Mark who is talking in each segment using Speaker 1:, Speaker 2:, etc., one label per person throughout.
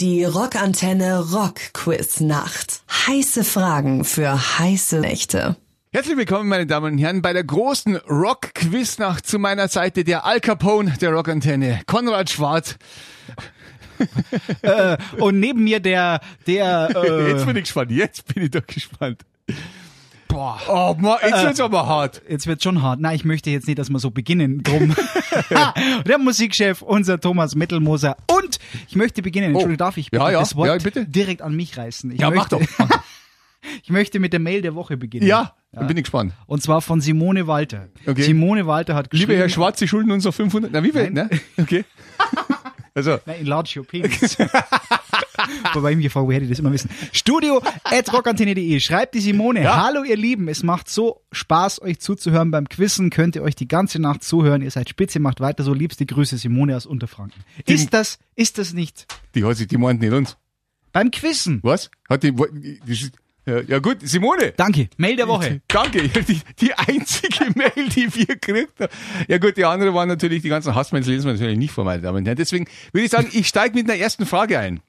Speaker 1: Die Rockantenne Rockquiznacht. Heiße Fragen für heiße Nächte.
Speaker 2: Herzlich willkommen, meine Damen und Herren, bei der großen Rock-Quiznacht zu meiner Seite der Al Capone der Rockantenne, Konrad Schwarz.
Speaker 3: äh, und neben mir der, der,
Speaker 2: Jetzt
Speaker 3: äh,
Speaker 2: bin ich gespannt, jetzt bin ich doch gespannt.
Speaker 3: boah,
Speaker 2: Oh Mann, jetzt wird's aber hart.
Speaker 3: jetzt wird schon hart. Nein, ich möchte jetzt nicht, dass wir so beginnen. Drum. Ha, der Musikchef, unser Thomas Mittelmoser. Und ich möchte beginnen. Entschuldigung, darf ich
Speaker 2: Ja,
Speaker 3: bitte
Speaker 2: Oh. ja,
Speaker 3: das Wort
Speaker 2: ja, bitte.
Speaker 3: direkt an mich reißen? Ich
Speaker 2: Ja, mach
Speaker 3: möchte,
Speaker 2: doch. Mach.
Speaker 3: Ich möchte mit der Mail der Woche beginnen.
Speaker 2: Ja, dann bin ich gespannt.
Speaker 3: Und zwar von Simone Walter.
Speaker 2: Okay.
Speaker 3: Simone Walter hat geschrieben.
Speaker 2: Liebe Herr Schwarz, Sie schulden uns noch 500, na wie viel, ne?
Speaker 3: Nein.
Speaker 2: Okay. Also,
Speaker 3: Nein, enlarge your penis. Wobei ich mich frage, woher die das immer wissen. Studio at rockantenne.de. Schreibt die Simone.
Speaker 2: Ja.
Speaker 3: Hallo, ihr Lieben. Es macht so Spaß, euch zuzuhören beim Quizzen. Könnt ihr euch die ganze Nacht zuhören. Ihr seid spitze, macht weiter so. Liebste Grüße, Simone aus Unterfranken. Ist das, ist das nicht
Speaker 2: die heißt sich, die meint nicht uns.
Speaker 3: beim Quizzen?
Speaker 2: Was? Hat die, das ist- ja, ja gut, Simone.
Speaker 3: Danke. Mail der Woche.
Speaker 2: Danke. Die, die einzige Mail, die wir gekriegt haben. Ja gut, die andere waren natürlich, die ganzen Hassmails lesen wir natürlich nicht vor, meine Damen und Herren. Deswegen würde ich sagen, ich steige mit einer ersten Frage ein.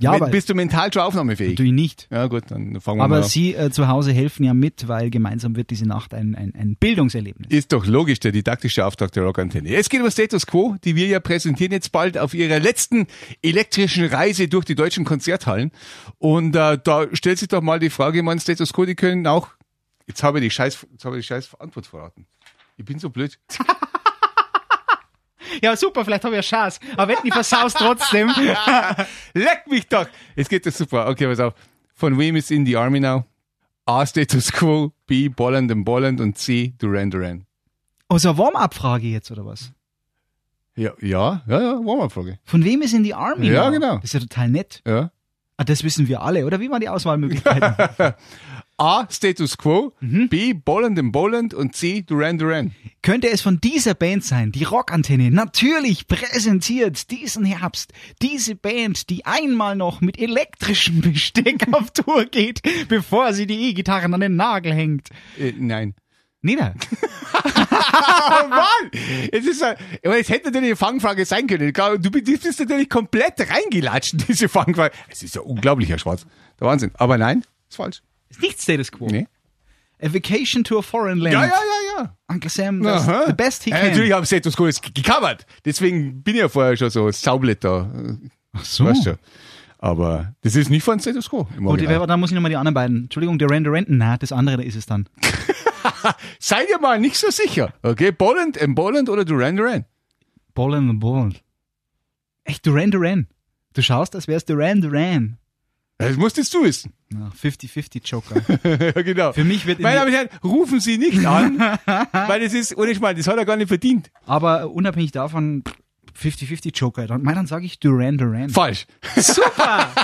Speaker 3: Ja,
Speaker 2: Wenn-
Speaker 3: aber
Speaker 2: Bist du mental schon aufnahmefähig?
Speaker 3: natürlich nicht.
Speaker 2: Ja gut, dann fangen wir
Speaker 3: Aber
Speaker 2: mal an.
Speaker 3: Sie äh, zu Hause helfen ja mit, weil gemeinsam wird diese Nacht ein, ein, ein Bildungserlebnis.
Speaker 2: Ist doch logisch, der didaktische Auftrag der Rockantenne. Es geht um Status Quo, die wir ja präsentieren jetzt bald auf ihrer letzten elektrischen Reise durch die deutschen Konzerthallen. Und äh, da stellt sich doch mal die Frage, ich meine, Status Quo, die können auch... Jetzt habe ich die scheiß, jetzt habe ich die scheiß Antwort verraten. Ich bin so blöd.
Speaker 3: Ja, super, vielleicht habe ich ja Chance. Aber wenn, ich versaus trotzdem.
Speaker 2: Leck mich doch! Jetzt geht das super. Okay, pass auf. Von wem ist In the Army Now? A. Status Quo, B. Bolland and Bolland und C. Duran Duran.
Speaker 3: Oh, so eine Warm-up-Frage jetzt, oder was?
Speaker 2: Ja, ja, ja, ja, war mal eine Frage.
Speaker 3: Von wem ist in die Army?
Speaker 2: Ja,
Speaker 3: now?
Speaker 2: genau.
Speaker 3: Das ist ja total nett.
Speaker 2: Ja.
Speaker 3: Ah, das wissen wir alle, oder? Wie waren die Auswahlmöglichkeiten?
Speaker 2: A. Status Quo, B. Bolland and Bolland und C. Duran Duran.
Speaker 3: Könnte es von dieser Band sein, die Rockantenne? Natürlich präsentiert diesen Herbst diese Band, die einmal noch mit elektrischem Besteck auf Tour geht, bevor sie die E-Gitarren an den Nagel hängt.
Speaker 2: Äh, nein.
Speaker 3: Nina,
Speaker 2: Oh Mann! Es ist, ein- ich meine, es hätte natürlich eine Fangfrage sein können. Klar, Du bist bist natürlich komplett reingelatscht in diese Fangfrage. Es ist ja unglaublich, Herr Schwarz. Der Wahnsinn. Aber nein, ist falsch.
Speaker 3: ist nicht Status Quo.
Speaker 2: Nee.
Speaker 3: A Vacation to a Foreign Land.
Speaker 2: Ja, ja, ja, ja.
Speaker 3: Uncle Sam, does
Speaker 2: Aha.
Speaker 3: the best he
Speaker 2: ja,
Speaker 3: can.
Speaker 2: Natürlich haben Status Quo jetzt gecovert. Deswegen bin ich ja vorher schon so Saublätter. Ach so. Weißt du. Aber das ist nicht von Status Quo. im
Speaker 3: Gut,
Speaker 2: Original.
Speaker 3: wer- dann muss ich nochmal die anderen beiden. Entschuldigung, Duran Duran. Na, das andere da ist es dann.
Speaker 2: Seid ihr mal nicht so sicher. Okay, Boland, M. Boland oder Duran Duran?
Speaker 3: Bollen und Bollen. Echt Duran Duran. Du schaust, als wär's Duran Duran.
Speaker 2: Das musstest du wissen.
Speaker 3: Na, 50-50 Joker.
Speaker 2: ja, genau.
Speaker 3: Für mich wird in
Speaker 2: Meine
Speaker 3: die-
Speaker 2: Damen und Herren, rufen Sie nicht an, weil das ist, ohne Schmarrn, das hat er gar nicht verdient.
Speaker 3: Aber unabhängig davon, 50-50 Joker. Dann, mein, dann sage ich Duran Duran.
Speaker 2: Falsch.
Speaker 3: Super!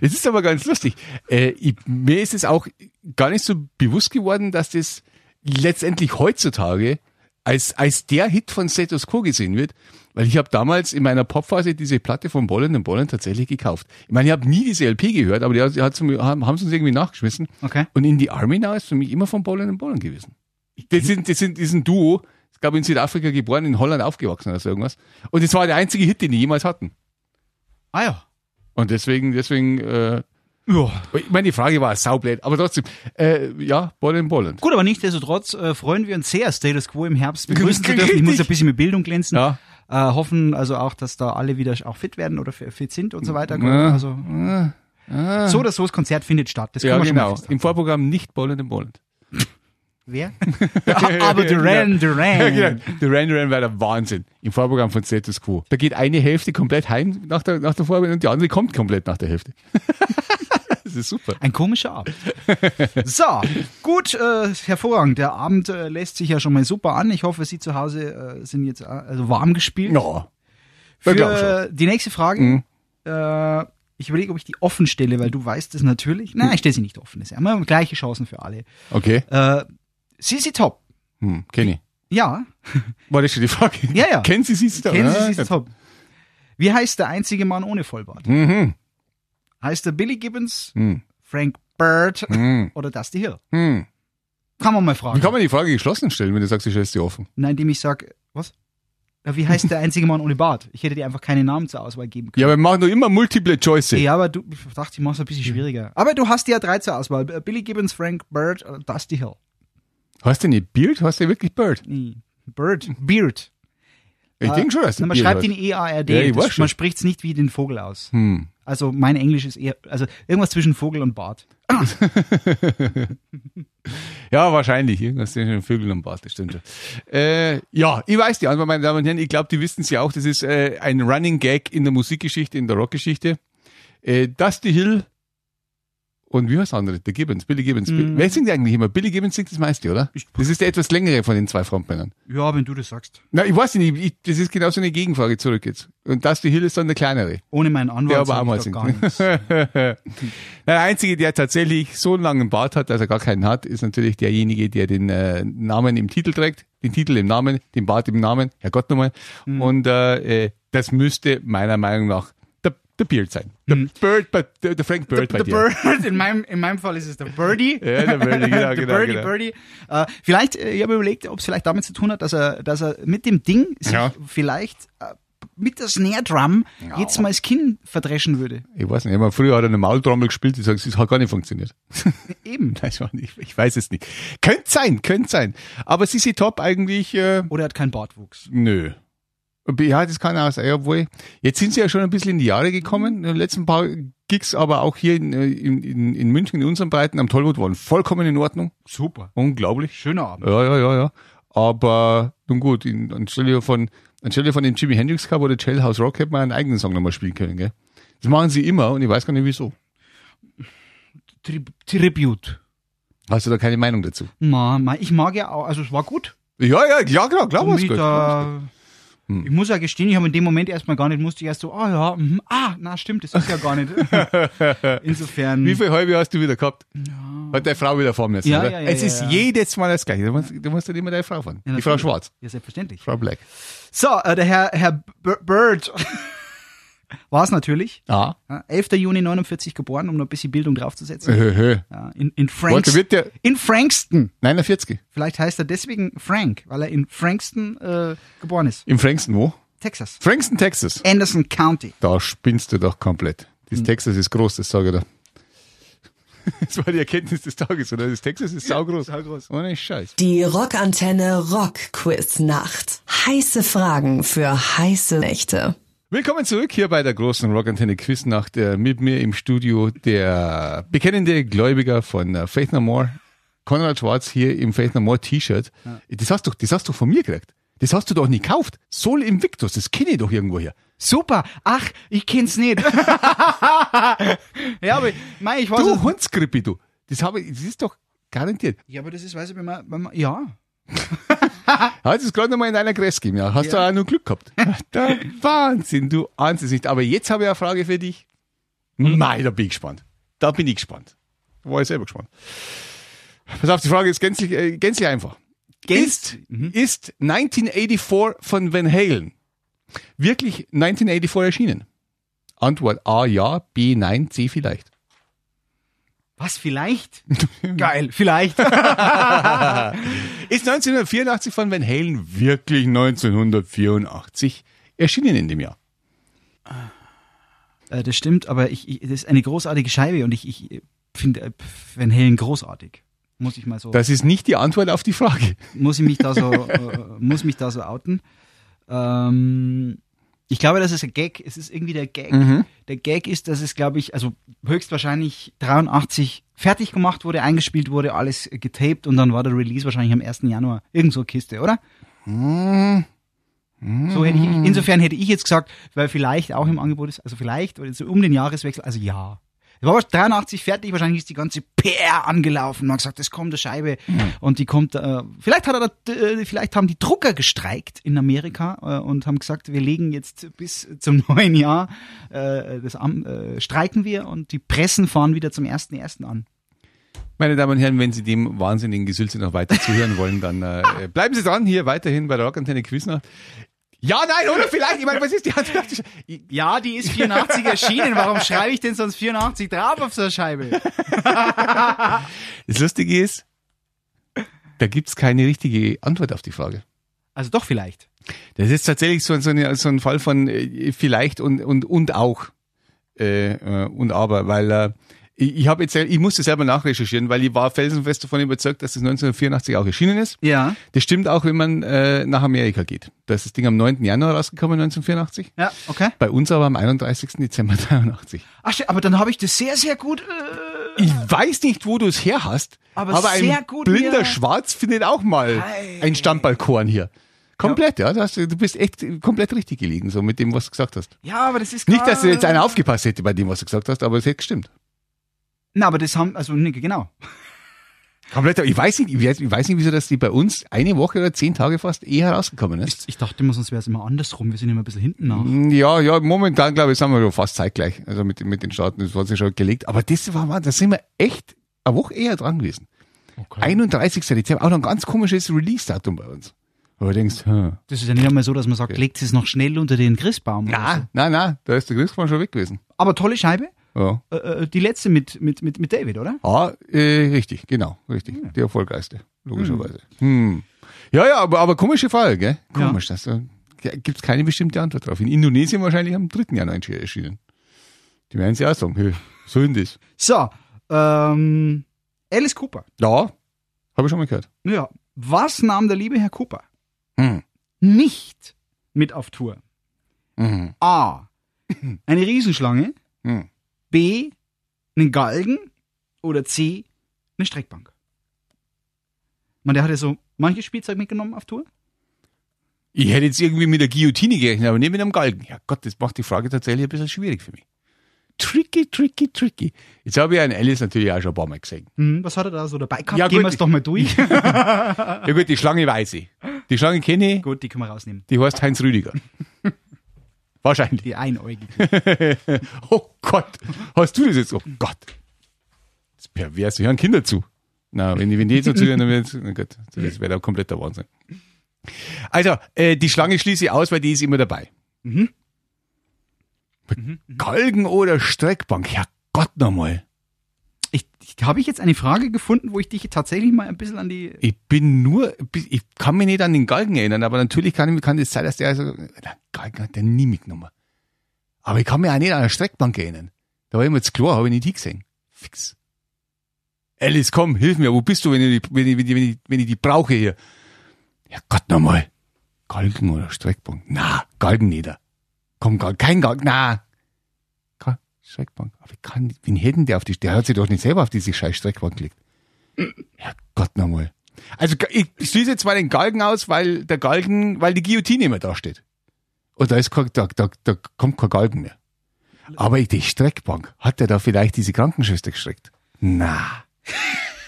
Speaker 2: Es ist aber ganz lustig. Äh, ich, mir ist es auch gar nicht so bewusst geworden, dass das letztendlich heutzutage als, als der Hit von Status Quo gesehen wird, weil ich habe damals in meiner Popphase diese Platte von Bollen und Bollen tatsächlich gekauft. Ich meine, ich habe nie diese LP gehört, aber die, hat- die hat's mir- haben haben sie uns irgendwie nachgeschmissen.
Speaker 3: Okay.
Speaker 2: Und in die Army Now ist für mich immer von Bollen und Bollen gewesen. Das sind, das sind, das ist ein Duo. Ich glaube, in Südafrika geboren, in Holland aufgewachsen oder so irgendwas. Und das war der einzige Hit, den die jemals hatten.
Speaker 3: Ah ja.
Speaker 2: Und deswegen, deswegen, äh,
Speaker 3: ja.
Speaker 2: ich meine, die Frage war saublöd, aber trotzdem, äh, ja, Bollen, Bollen.
Speaker 3: Gut, aber nichtsdestotrotz äh, freuen wir uns sehr, Status Quo im Herbst begrüßen zu dürfen.
Speaker 2: Richtig.
Speaker 3: Ich muss ein bisschen mit Bildung glänzen.
Speaker 2: Ja.
Speaker 3: Äh, hoffen also auch, dass da alle wieder auch fit werden oder f- fit sind und so weiter.
Speaker 2: Ja.
Speaker 3: Also, so oder so, das Konzert findet statt. Das
Speaker 2: Ah, Ja,
Speaker 3: können wir
Speaker 2: genau.
Speaker 3: schon mal
Speaker 2: Im
Speaker 3: festhalten.
Speaker 2: Vorprogramm nicht Bollen und Bollen.
Speaker 3: Wer? Ah, aber Duran Duran.
Speaker 2: Ja, genau. Duran Duran war der Wahnsinn. Im Vorprogramm von Status Quo. Da geht eine Hälfte komplett heim nach der, nach der Vorbereitung und die andere kommt komplett nach der Hälfte. das ist super.
Speaker 3: Ein komischer Abend. So, gut, äh, hervorragend. Der Abend äh, lässt sich ja schon mal super an. Ich hoffe, Sie zu Hause äh, sind jetzt äh, also warm gespielt.
Speaker 2: Ja.
Speaker 3: Für
Speaker 2: ich Mhm. glaub schon.
Speaker 3: die nächste Frage. Äh, ich überlege, ob ich die offen stelle, weil du weißt es natürlich. Nein, ich stelle sie nicht offen. Das ist immer gleiche Chancen für alle.
Speaker 2: Okay.
Speaker 3: Äh, Sisi Top.
Speaker 2: Hm, kenn ich.
Speaker 3: Ja,
Speaker 2: War das schon die Frage?
Speaker 3: Ja, ja.
Speaker 2: Kennen Sie sie da?
Speaker 3: kennen
Speaker 2: Ah,
Speaker 3: Sie Sisi
Speaker 2: gut.
Speaker 3: Top? Wie heißt der einzige Mann ohne Vollbart?
Speaker 2: Mhm.
Speaker 3: Heißt er Billy Gibbons,
Speaker 2: Mhm.
Speaker 3: Frank Bird
Speaker 2: Mhm.
Speaker 3: oder Dusty Hill?
Speaker 2: Mhm.
Speaker 3: Kann man mal
Speaker 2: Wie
Speaker 3: fragen.
Speaker 2: kann man die Frage geschlossen stellen, wenn du sagst, ich stelle sie offen?
Speaker 3: Nein, indem ich sage, was? Ja, Wie heißt der einzige Mann ohne Bart? Ich hätte dir einfach keine Namen zur Auswahl geben können.
Speaker 2: Ja, wir machen doch immer Multiple Choice.
Speaker 3: Ja, aber du, ich dachte, ich mach's ein bisschen schwieriger. Aber du hast ja drei zur Auswahl. Billy Gibbons, Frank Bird, äh, Dusty Hill.
Speaker 2: Hast du nicht Beard? Hast du wirklich Bird?
Speaker 3: Nee, Bird. Beard.
Speaker 2: Ich denke schon, dass
Speaker 3: Ah. Na,
Speaker 2: du
Speaker 3: man
Speaker 2: Beard
Speaker 3: schreibt
Speaker 2: hast.
Speaker 3: ihn E EARD.
Speaker 2: Ja, ich weiß
Speaker 3: das,
Speaker 2: schon. Hm.
Speaker 3: man spricht's nicht wie den Vogel aus. Also mein Englisch ist eher, also irgendwas zwischen Vogel und Bart.
Speaker 2: Ja, wahrscheinlich. Irgendwas zwischen den Vögeln und Bart, das stimmt schon. Äh, ja, ich weiß die Antwort, meine Damen und Herren. Ich glaube, die wissen es ja auch. Das ist äh, ein Running Gag in der Musikgeschichte, in der Rockgeschichte. Äh, Dusty Hill und wie heißt der andere? Der Gibbons, Billy Gibbons.
Speaker 3: Mhm.
Speaker 2: Wer singt eigentlich immer? Billy Gibbons singt das meiste, oder?
Speaker 3: Ich-
Speaker 2: Das ist der etwas längere von den zwei Frontmännern.
Speaker 3: Ja, wenn du das sagst.
Speaker 2: Na, ich weiß nicht, ich, das ist genau so eine Gegenfrage zurück jetzt. Und Dusty Hill ist dann der kleinere.
Speaker 3: Ohne meinen Anwalt.
Speaker 2: Der aber
Speaker 3: sag
Speaker 2: auch mal
Speaker 3: ich doch
Speaker 2: singt.
Speaker 3: gar nichts.
Speaker 2: Na, der Einzige, der tatsächlich so einen langen Bart hat, dass er gar keinen hat, ist natürlich derjenige, der den äh, Namen im Titel trägt, den Titel im Namen, den Bart im Namen, Herrgott nochmal.
Speaker 3: Mhm.
Speaker 2: Und äh, äh, das müsste meiner Meinung nach der, der Beard sein. Der Bird, bei, der, der Frank Bird bei
Speaker 3: Mhm. The
Speaker 2: dir.
Speaker 3: Bird, in meinem, in meinem Fall ist es der Birdie.
Speaker 2: Ja, der Birdie, genau,
Speaker 3: Der
Speaker 2: genau,
Speaker 3: Birdie,
Speaker 2: genau.
Speaker 3: Birdie. Äh, vielleicht, äh, ich habe überlegt, ob es vielleicht damit zu tun hat, dass er, dass er mit dem Ding sich
Speaker 2: Ja.
Speaker 3: vielleicht äh, mit der Snare Drum jetzt mal das Kinn verdreschen würde.
Speaker 2: Ich weiß nicht, immer früher hat er eine Maultrommel gespielt, ich sage, es hat gar nicht funktioniert.
Speaker 3: Eben.
Speaker 2: Weiß man nicht, ich weiß es nicht. Könnte sein, könnte sein. Aber Sissy Top eigentlich, äh,
Speaker 3: Oder er hat keinen Bartwuchs.
Speaker 2: Nö. Ja, das kann auch sein, obwohl. Jetzt sind sie ja schon ein bisschen in die Jahre gekommen. In den letzten paar Gigs, aber auch hier in, äh, in, in, in München, in unseren Breiten, am Tollwood waren vollkommen in Ordnung.
Speaker 3: Super.
Speaker 2: Unglaublich.
Speaker 3: Schöner Abend.
Speaker 2: Ja, ja, ja, ja. Aber nun gut, in, anstelle von anstelle von dem Jimi Hendrix Cup oder Jailhouse Rock hätte man einen eigenen Song nochmal spielen können, gell? Das machen sie immer und ich weiß gar nicht wieso.
Speaker 3: Tri Tribute.
Speaker 2: Hast du da keine Meinung dazu?
Speaker 3: Ma, ma, ich mag ja auch, also es war gut.
Speaker 2: Ja, ja, ja, klar, klar, war's
Speaker 3: Mit,
Speaker 2: gut. Hm.
Speaker 3: äh, Ich muss ja gestehen, ich habe in dem Moment erstmal gar nicht, musste ich erst so, ah ja, mhm, ah, na stimmt, das ist ja gar nicht. Insofern.
Speaker 2: Wie viel halbe hast du wieder gehabt? Hat deine Frau wieder vor mir.
Speaker 3: Hm. Ja,
Speaker 2: oder?
Speaker 3: ja, ja,
Speaker 2: es
Speaker 3: ja,
Speaker 2: ist
Speaker 3: ja.
Speaker 2: jedes Mal das Gleiche. Du musst, du musst halt immer deine Frau fahren.
Speaker 3: Ja,
Speaker 2: die Frau
Speaker 3: natürlich.
Speaker 2: Schwarz,
Speaker 3: Ja, selbstverständlich.
Speaker 2: Frau Black.
Speaker 3: So, äh, der Herr, Herr B Bird war es natürlich.
Speaker 2: Ah.
Speaker 3: Ja, 11. Juni 49 geboren, um noch ein bisschen Bildung draufzusetzen.
Speaker 2: Hö, hö.
Speaker 3: Ja, in, in,
Speaker 2: Warte,
Speaker 3: Frankston,
Speaker 2: wird der
Speaker 3: in Frankston.
Speaker 2: 49
Speaker 3: Vielleicht heißt er deswegen Frank, weil er in Frankston äh, geboren ist.
Speaker 2: im Frankston wo?
Speaker 3: Texas.
Speaker 2: Frankston, Texas.
Speaker 3: Anderson County.
Speaker 2: Da spinnst du doch komplett.
Speaker 3: Hm.
Speaker 2: Das Texas ist groß, das sage ich dir. Das war die Erkenntnis des Tages, oder? Das Texas ist saugroß.
Speaker 3: saugroß.
Speaker 2: Ohne Scheiß.
Speaker 1: Die Rockantenne Rock Quiz Nacht. Heiße Fragen für heiße Nächte.
Speaker 2: Willkommen zurück hier bei der großen Rockantenne Quiznacht. Äh, mit mir im Studio der bekennende Gläubiger von äh, Faith No More, Konrad Schwarz hier im Faith No More T-Shirt. Das hast du, das hast du von mir gekriegt. Das hast du doch nicht gekauft. Sol Invictus, das kenne ich doch irgendwo hier.
Speaker 3: Super. Ach, ich kenn's nicht. ja, aber, mei, ich weiß
Speaker 2: Du
Speaker 3: es-
Speaker 2: Hundskrippi, du. Das habe ich, das ist doch garantiert.
Speaker 3: Ja, aber das ist, weiß ich, wenn man, wenn man ja.
Speaker 2: Hast es gerade nochmal in einer Gress gegeben, ja. Hast
Speaker 3: Ja.
Speaker 2: du auch nur Glück gehabt. der Wahnsinn, du ahnst es nicht. Aber jetzt habe ich eine Frage für dich. Nein, da bin ich gespannt. Da bin ich gespannt. Da war ich selber gespannt. Pass auf, die Frage ist gänzlich, äh, gänzlich einfach. Ist, ist 1984 von Van Halen wirklich 1984 erschienen? Antwort A, ja, B, nein, C, vielleicht.
Speaker 3: Was, vielleicht? Geil, vielleicht.
Speaker 2: Ist 1984 von Van Halen wirklich 1984 erschienen in dem Jahr?
Speaker 3: Äh, das stimmt, aber ich, ich, das ist eine großartige Scheibe und ich, ich finde äh, Van Halen großartig. Muss ich mal so,
Speaker 2: Das ist nicht die Antwort auf die Frage.
Speaker 3: muss ich mich da so, äh, muss mich da so outen. Ähm, ich glaube, das ist ein Gag. Es ist irgendwie der Gag. Der Gag ist, dass es, glaube ich, also höchstwahrscheinlich 83 fertig gemacht wurde, eingespielt wurde, alles äh, getaped und dann war der Release wahrscheinlich am 1. Januar. Irgend so eine Kiste, oder? So hätte ich, insofern hätte ich jetzt gesagt, weil vielleicht auch im Angebot ist, also vielleicht, oder so um den Jahreswechsel, also ja. Es war aber 83 fertig, wahrscheinlich ist die ganze PR angelaufen. Man hat gesagt, es kommt eine Scheibe und die kommt. Äh, vielleicht, hat er, da- äh, vielleicht haben die Drucker gestreikt in Amerika äh, und haben gesagt, wir legen jetzt bis zum neuen Jahr äh, das am, äh, streiken wir und die Pressen fahren wieder zum 1.1. an.
Speaker 2: Meine Damen und Herren, wenn Sie dem wahnsinnigen Gesülze noch weiter zuhören wollen, dann äh, äh, bleiben Sie dran hier weiterhin bei der Rockantenne Quiznacht. Ja, nein, oder vielleicht. Ich meine, was ist die Antwort? auf die Sch-
Speaker 3: Ja, die ist 84 erschienen. Warum schreibe ich denn sonst 84 drauf auf so eine Scheibe?
Speaker 2: Das Lustige ist, da gibt's keine richtige Antwort auf die Frage.
Speaker 3: Also doch vielleicht.
Speaker 2: Das ist tatsächlich so, so, eine, so ein Fall von äh, vielleicht und, und, und auch äh, äh, und aber, weil äh, ich, ich habe jetzt, sel- ich musste selber nachrecherchieren, weil ich war felsenfest davon überzeugt, dass das 1984 auch erschienen ist.
Speaker 3: Ja.
Speaker 2: Das stimmt auch, wenn man äh, nach Amerika geht. Da ist das Ding am 9. Januar rausgekommen, 1984.
Speaker 3: Ja, okay.
Speaker 2: Bei uns aber am 31. Dezember 83.
Speaker 3: Ach, stimmt, aber dann habe ich das sehr, sehr gut. Äh,
Speaker 2: Ich weiß nicht, wo du es her hast,
Speaker 3: Aber
Speaker 2: aber, ein
Speaker 3: sehr gut
Speaker 2: blinder
Speaker 3: mir-
Speaker 2: Schwarz findet auch mal
Speaker 3: Ei.
Speaker 2: ein Stammbalkon hier. Komplett, ja. du hast- du bist echt komplett richtig gelegen, so mit dem, was du gesagt hast.
Speaker 3: ja, aber das ist
Speaker 2: Nicht, dass dir jetzt
Speaker 3: gar-
Speaker 2: einer aufgepasst hätte bei dem, was du gesagt hast, aber es hätte gestimmt.
Speaker 3: Na, aber das haben, also nee, genau.
Speaker 2: Komplett, ich weiß nicht, ich weiß, ich weiß nicht, wieso das die bei uns eine Woche oder zehn Tage fast eh herausgekommen ist.
Speaker 3: Ich dachte immer, sonst wäre es immer andersrum. Wir sind immer ein bisschen hinten nach.
Speaker 2: Ja, ja, momentan glaube ich, sind wir ja fast zeitgleich. Also mit, den- mit den Staaten, das hat sich schon gelegt. Aber das war mal, da sind wir echt eine Woche eher dran gewesen. 31. Dezember, auch noch ein ganz komisches Release-Datum bei uns. Wo du denkst, hm.
Speaker 3: Das ist ja nicht einmal so, dass man sagt, legt es noch schnell unter den Christbaum. oder so.
Speaker 2: na, na, na, da ist der Christmann schon weg gewesen.
Speaker 3: Aber tolle Scheibe.
Speaker 2: Ja,
Speaker 3: Äh, äh, die letzte mit, mit, mit, mit David, oder?
Speaker 2: ah, äh, richtig, genau, richtig. Die erfolgreichste, logischerweise. Hm. Ja, ja, aber, aber komische Frage, gell?
Speaker 3: Ja.
Speaker 2: Komisch, das äh, gibt's keine bestimmte Antwort drauf. In Indonesien wahrscheinlich am 3. Januar erschien- erschienen. Die werden sich auch sagen, hey, so in das.
Speaker 3: So, ähm, Alice Cooper.
Speaker 2: Ja, habe ich schon mal gehört.
Speaker 3: Ja. Was nahm der liebe Herr Cooper
Speaker 2: Hm.
Speaker 3: nicht mit auf Tour?
Speaker 2: Mhm.
Speaker 3: A. Eine Riesenschlange.
Speaker 2: Hm.
Speaker 3: B. Einen Galgen. Oder C. Eine Streckbank. Man, der hat ja so manches Spielzeug mitgenommen auf Tour.
Speaker 2: Ich hätte jetzt irgendwie mit der Guillotine gerechnet, aber nicht mit einem Galgen. Ja Gott, das macht die Frage tatsächlich ein bisschen schwierig für mich. Tricky, tricky, tricky. Jetzt habe ich einen Alice natürlich auch schon ein paar Mal gesehen.
Speaker 3: Hm, was hat er da so dabei gehabt?
Speaker 2: Ja,
Speaker 3: Gehen
Speaker 2: gut.
Speaker 3: wir es doch mal durch.
Speaker 2: Ja gut, die Schlange weiß ich. Die Schlange kenne ich,
Speaker 3: Gut, die können wir rausnehmen.
Speaker 2: die heißt Heinz Rüdiger. Wahrscheinlich.
Speaker 3: Die Einäugige.
Speaker 2: Oh Gott, hast du das jetzt? Oh Gott. Das ist pervers, die hören Kinder zu. Na, wenn die, wenn die jetzt noch zuhören, dann wird's, na gut, das wäre doch kompletter Wahnsinn. Also, äh, die Schlange schließe ich aus, weil die ist immer dabei.
Speaker 3: Mhm.
Speaker 2: Galgen oder Streckbank? Ja Gott nochmal.
Speaker 3: Ich, ich, Habe ich jetzt eine Frage gefunden, wo ich dich tatsächlich mal ein bisschen an die.
Speaker 2: Ich bin nur, ich kann mich nicht an den Galgen erinnern, aber natürlich kann ich, kann es sein, dass der, also, der Galgen hat der nie mitgenommen. Aber ich kann mich auch nicht an der Streckbank erinnern. Da war ich mir jetzt klar, habe ich nicht hingesehen. Fix. Alice, komm, hilf mir, wo bist du, wenn ich, die- wenn ich, wenn ich, wenn ich, wenn ich die brauche hier? Ja Gott nochmal. Galgen oder Streckbank? Na, Galgen nieder. Komm, Galgen, kein Galgen, na. Ka- Streckbank. Aber ich kann, nicht- wen hätten der auf die, der hat sich doch nicht selber auf diese scheiß Streckbank gelegt. Ja Gott nochmal. Also ich schließe jetzt mal den Galgen aus, weil der Galgen, weil die Guillotine immer da steht. Und da ist kein, da, da, da kommt kein Galgen mehr. Aber die Streckbank, hat der da vielleicht diese Krankenschwester gestreckt? Na,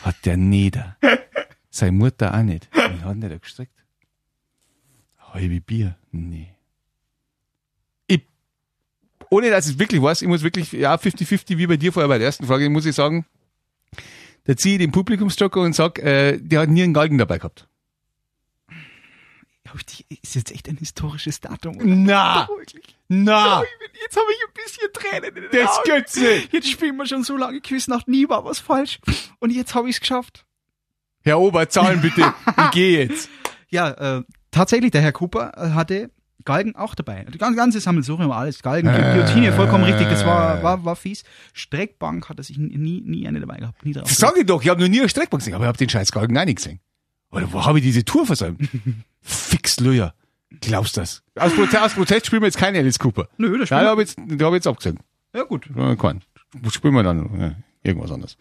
Speaker 2: hat der nieder. Seine Mutter auch nicht. Wen hat denn der da gestreckt? Halbe Bier? Nee. Ich, ohne dass es wirklich was, ich muss wirklich, ja, 50-50 wie bei dir vorher bei der ersten Frage, muss ich sagen, da ziehe ich den Publikumsjoker und sag, äh, der hat nie einen Galgen dabei gehabt.
Speaker 3: Hab ich dich- Ist jetzt echt ein historisches Datum. oder?
Speaker 2: Na,
Speaker 3: Wirklich?
Speaker 2: na,
Speaker 3: Jetzt habe ich ein bisschen Tränen in den
Speaker 2: das
Speaker 3: Augen.
Speaker 2: gibt's nicht.
Speaker 3: Jetzt spielen wir schon so lange Küsnacht, nie war was falsch. Und jetzt habe ich es geschafft.
Speaker 2: Herr Ober, zahlen bitte. Ich gehe jetzt.
Speaker 3: Ja, äh, tatsächlich, der Herr Cooper äh, hatte Galgen auch dabei. Die ganze, ganze Sammelsurium, alles. Galgen,
Speaker 2: Äh.
Speaker 3: Guillotine, vollkommen richtig. Das war, war, war fies. Streckbank hat er sich nie, nie eine dabei gehabt. Nie drauf.
Speaker 2: Das sag ich doch, ich habe noch nie eine Streckbank gesehen, aber ich habe den scheiß Galgen auch nicht gesehen. Oder wo habe ich diese Tour versäumt? Fix Löcher. Glaubst das? Aus Protest, aus Protest spielen wir jetzt keine Alice Cooper.
Speaker 3: Nö, das
Speaker 2: Nein,
Speaker 3: stimmt.
Speaker 2: da habe ich jetzt, da hab ich jetzt abgesehen.
Speaker 3: Ja, gut.
Speaker 2: Äh, Kein. Spielen wir dann äh, irgendwas anderes.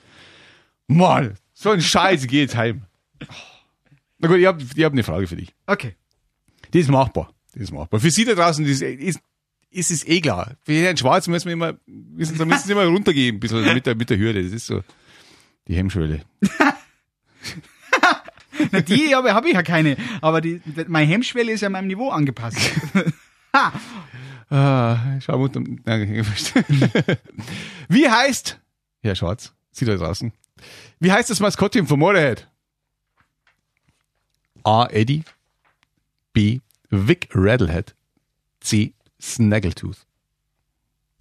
Speaker 2: Mann, so ein Scheiß, ich geh jetzt heim. Na gut, ich habe ich hab eine Frage für dich.
Speaker 3: Okay.
Speaker 2: Das ist machbar. Das ist machbar. Für Sie da draußen das ist, ist es eh klar. Für Herrn Schwarz müssen wir immer, müssen, Sie- müssen Sie immer runtergehen, ein bisschen mit der, mit der Hürde. Das ist so die Hemmschwelle.
Speaker 3: Na, die habe hab ich ja keine. Aber die, meine Hemmschwelle ist ja meinem Niveau angepasst.
Speaker 2: Ah, schau mal, dann- nein, ich verstehe. Wie heißt, Herr Schwarz, Sie da draußen, wie heißt das Maskottchen von Motorhead? A. Eddie. B. Vic Rattlehead. C. Snaggletooth.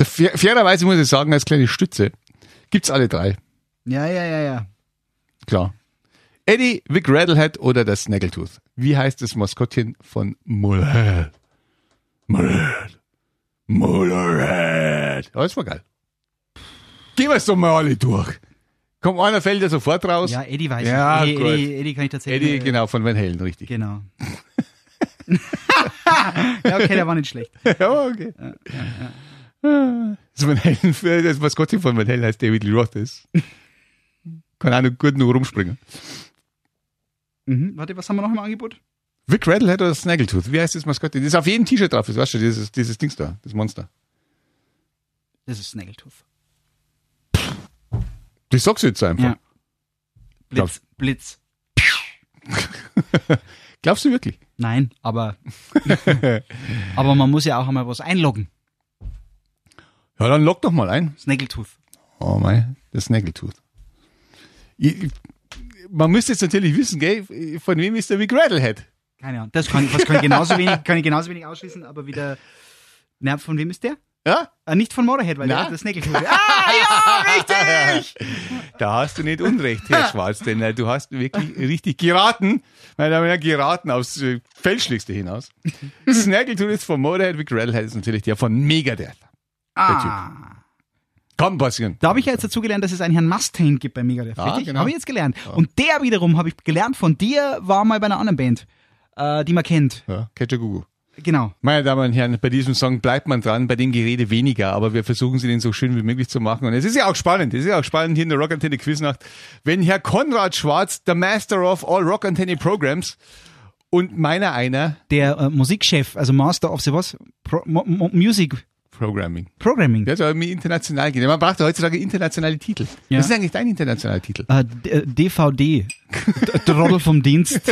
Speaker 2: Fair, fairerweise muss ich sagen, als kleine Stütze gibt's alle drei.
Speaker 3: ja, ja, ja, ja.
Speaker 2: Klar. Eddie, Vic Rattlehead oder das Snaggletooth. Wie heißt das Maskottchen von Mullerhead? Mullerhead. Mullerhead. Ja, das war geil. Gehen wir es doch mal alle durch. Komm, einer fällt ja sofort raus.
Speaker 3: Ja, Eddie weiß
Speaker 2: Ja,
Speaker 3: ich. Eddie,
Speaker 2: gut.
Speaker 3: Eddie, Eddie kann ich tatsächlich.
Speaker 2: Eddie, genau, von Van Halen, richtig.
Speaker 3: Genau. ja, okay, der war nicht schlecht.
Speaker 2: Ja, okay. Das, Van Halen, das Maskottchen von Van Halen heißt David Lee Roth. ist. Kann auch nur gut nur rumspringen.
Speaker 3: Mhm. Warte, was haben wir noch im Angebot?
Speaker 2: Vic Rattlehead oder Snaggletooth? Wie heißt das Maskottchen? Das ist auf jedem T-Shirt drauf, das weißt du, dieses, dieses Dings da, das Monster.
Speaker 3: Das ist Snaggletooth.
Speaker 2: Das sagst du jetzt einfach.
Speaker 3: Ja. Blitz,
Speaker 2: Glaubst-
Speaker 3: Blitz.
Speaker 2: Glaubst du wirklich?
Speaker 3: Nein, aber, aber man muss ja auch einmal was einloggen.
Speaker 2: Ja, dann log doch mal ein.
Speaker 3: Snaggletooth.
Speaker 2: Oh mein, das Snaggletooth. Ich- ich- Man müsste jetzt natürlich wissen, gell, von wem ist der Vic Rattlehead?
Speaker 3: Keine Ahnung. Das kann, was kann, ich genauso wenig, kann ich genauso wenig ausschließen, aber wieder. Na, von wem ist der?
Speaker 2: Ja?
Speaker 3: Ah, nicht von Motorhead, weil
Speaker 2: Na?
Speaker 3: der hat das Snaggletooth. Ah, ja, richtig!
Speaker 2: Da hast du nicht Unrecht, Herr Schwarz, denn äh, du hast wirklich richtig geraten. Meine Damen und Herren, geraten aufs äh, Fälschlichste hinaus. Snaggletooth ist von Motorhead, Vic Rattlehead ist natürlich der von Megadeth.
Speaker 3: Ah.
Speaker 2: Kann passieren.
Speaker 3: Da habe ich ja jetzt dazu gelernt, dass es einen Herrn Mustaine gibt bei Megadeth.
Speaker 2: Ja,
Speaker 3: richtig?
Speaker 2: genau.
Speaker 3: Habe ich jetzt gelernt. Und der wiederum, habe ich gelernt von dir, war mal bei einer anderen Band, äh, die man kennt.
Speaker 2: Ja, Catcher Gugu.
Speaker 3: Genau.
Speaker 2: Meine Damen und Herren, bei diesem Song bleibt man dran, bei dem Gerede weniger, aber wir versuchen sie den so schön wie möglich zu machen. Und es ist ja auch spannend, es ist ja auch spannend hier in der Rockantenne Quiznacht, wenn Herr Konrad Schwarz, der Master of all Rockantenne Programs und meiner einer
Speaker 3: Der äh, Musikchef, also Master of the was? Pro, Mo, Mo, Music
Speaker 2: Programming.
Speaker 3: Programming.
Speaker 2: Der soll mir international gehen. Man braucht ja heutzutage internationale Titel.
Speaker 3: Ja.
Speaker 2: Was ist eigentlich dein internationaler Titel?
Speaker 3: Äh, D- äh, DVD. D- Trottel vom Dienst.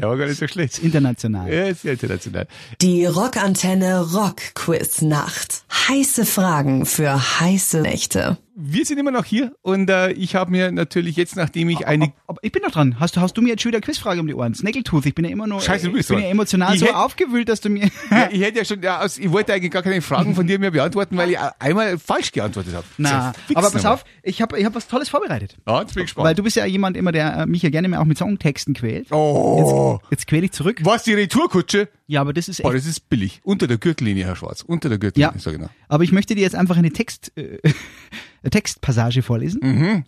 Speaker 2: Ja, war gar nicht so schlecht.
Speaker 3: International.
Speaker 2: Ja, ist ja international.
Speaker 1: Die Rockantenne Rock Quiz Nacht. Heiße Fragen für heiße Nächte.
Speaker 2: Wir sind immer noch hier und äh, ich habe mir natürlich jetzt, nachdem ich eine
Speaker 3: Aber ich bin noch dran. Hast, du- hast du mir jetzt schon wieder eine Quizfrage um die Ohren? Snaggletooth, ich bin ja immer nur. äh,
Speaker 2: Scheiße, du
Speaker 3: ich
Speaker 2: bist
Speaker 3: bin
Speaker 2: dran.
Speaker 3: ja emotional
Speaker 2: Ich
Speaker 3: so
Speaker 2: hätt-
Speaker 3: aufgewühlt, dass du mir.
Speaker 2: Ja, ich hätte ja schon, ja, aus- ich wollte eigentlich gar keine Fragen von dir mehr beantworten, weil ich einmal falsch geantwortet habe.
Speaker 3: Na,
Speaker 2: Zerfix
Speaker 3: aber pass
Speaker 2: nochmal.
Speaker 3: auf, ich habe ich hab was Tolles vorbereitet.
Speaker 2: Ja, jetzt bin ich
Speaker 3: Weil
Speaker 2: gespannt.
Speaker 3: du bist ja jemand immer, der äh, mich ja gerne mal auch mit Songtexten quält.
Speaker 2: Oh,
Speaker 3: Jetzt quäl ich zurück.
Speaker 2: was die Retourkutsche?
Speaker 3: Ja, aber das ist
Speaker 2: Boah,
Speaker 3: echt.
Speaker 2: das ist billig. Unter der Gürtellinie, Herr Schwarz. Unter der Gürtellinie,
Speaker 3: Ja,
Speaker 2: so genau.
Speaker 3: aber ich möchte dir jetzt einfach eine Text, äh, eine Textpassage vorlesen,
Speaker 2: Mhm.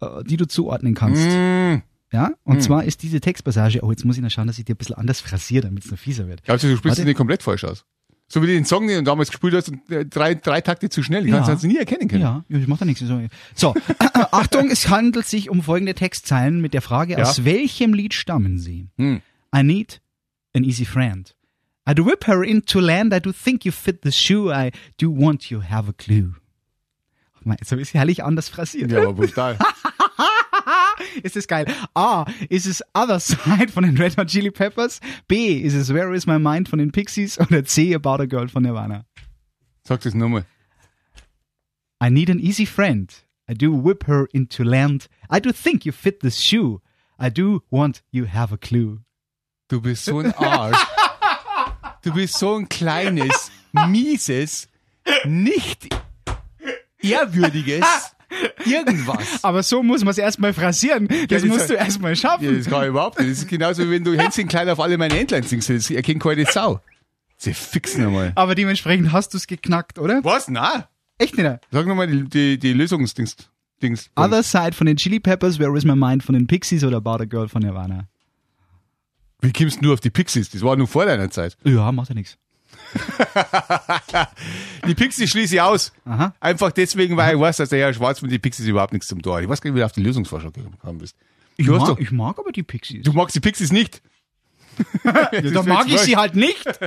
Speaker 3: äh, die du zuordnen kannst.
Speaker 2: Hm.
Speaker 3: Ja, und zwar ist diese Textpassage, oh, jetzt muss ich noch schauen, dass ich dir ein bisschen anders phrasiere, damit es noch fieser wird.
Speaker 2: Glaubst du, du spielst
Speaker 3: Warte.
Speaker 2: das nicht komplett falsch aus? So wie du den Song, den du damals gespielt hast, und, äh, drei, drei Takte zu schnell. Ich ja.
Speaker 3: Ja.
Speaker 2: kannst du nie erkennen können.
Speaker 3: Ja, ja, ich mach da nichts. So, so Achtung, es handelt sich um folgende Textzeilen mit der Frage,
Speaker 2: Ja.
Speaker 3: aus welchem Lied stammen sie?
Speaker 2: Hm.
Speaker 3: I need an easy friend. I'd whip her into land, I do think you fit the shoe, I do want you have a clue. Oh mein, Jetzt habe ich es herrlich anders phrasiert.
Speaker 2: Ja, aber brutal.
Speaker 3: Ist das geil? A. Ist es Other Side von den Red Hot Chili Peppers? B. Ist es Where is my mind von den Pixies? Oder C. About a Girl von Nirvana?
Speaker 2: Sag das nochmal.
Speaker 3: I need an easy friend. I do whip her into land. I do think you fit this shoe. I do want you have a clue.
Speaker 2: Du bist so ein Arsch. Du bist so ein kleines, mieses, nicht ehrwürdiges irgendwas.
Speaker 3: Aber so muss man es erstmal phrasieren. Das
Speaker 2: das
Speaker 3: musst
Speaker 2: hat-
Speaker 3: du erstmal
Speaker 2: Ja,
Speaker 3: schaffen.
Speaker 2: das kann ich überhaupt nicht. Das ist genauso wie wenn du Hänschen klein auf alle meine Entlein singst. Das erkennt keine Sau. Sie fixen nochmal.
Speaker 3: Aber dementsprechend hast du es geknackt, oder?
Speaker 2: Was? Na?
Speaker 3: Echt nicht.
Speaker 2: Sag nochmal die, die, die Lösungsdings. Dings.
Speaker 3: Other Side von den Chili Peppers, Where is my mind von den Pixies oder About a Girl von Nirvana?
Speaker 2: Wie kommst du nur auf die Pixies? Das war nur vor deiner Zeit.
Speaker 3: Ja, macht ja nichts.
Speaker 2: Die Pixies schließe ich aus.
Speaker 3: Aha.
Speaker 2: Einfach deswegen, weil ich weiß, dass der Herr Schwarz mit den Pixies überhaupt nichts zum Tor hat. Ich weiß gar nicht, wie du auf die Lösungsvorschlag gekommen bist.
Speaker 3: Ich
Speaker 2: Du, hast
Speaker 3: mag,
Speaker 2: doch,
Speaker 3: ich mag aber die Pixies.
Speaker 2: du magst die Pixies nicht.
Speaker 3: Ja, da
Speaker 2: ist jetzt
Speaker 3: mag ich
Speaker 2: wurscht.
Speaker 3: sie halt nicht.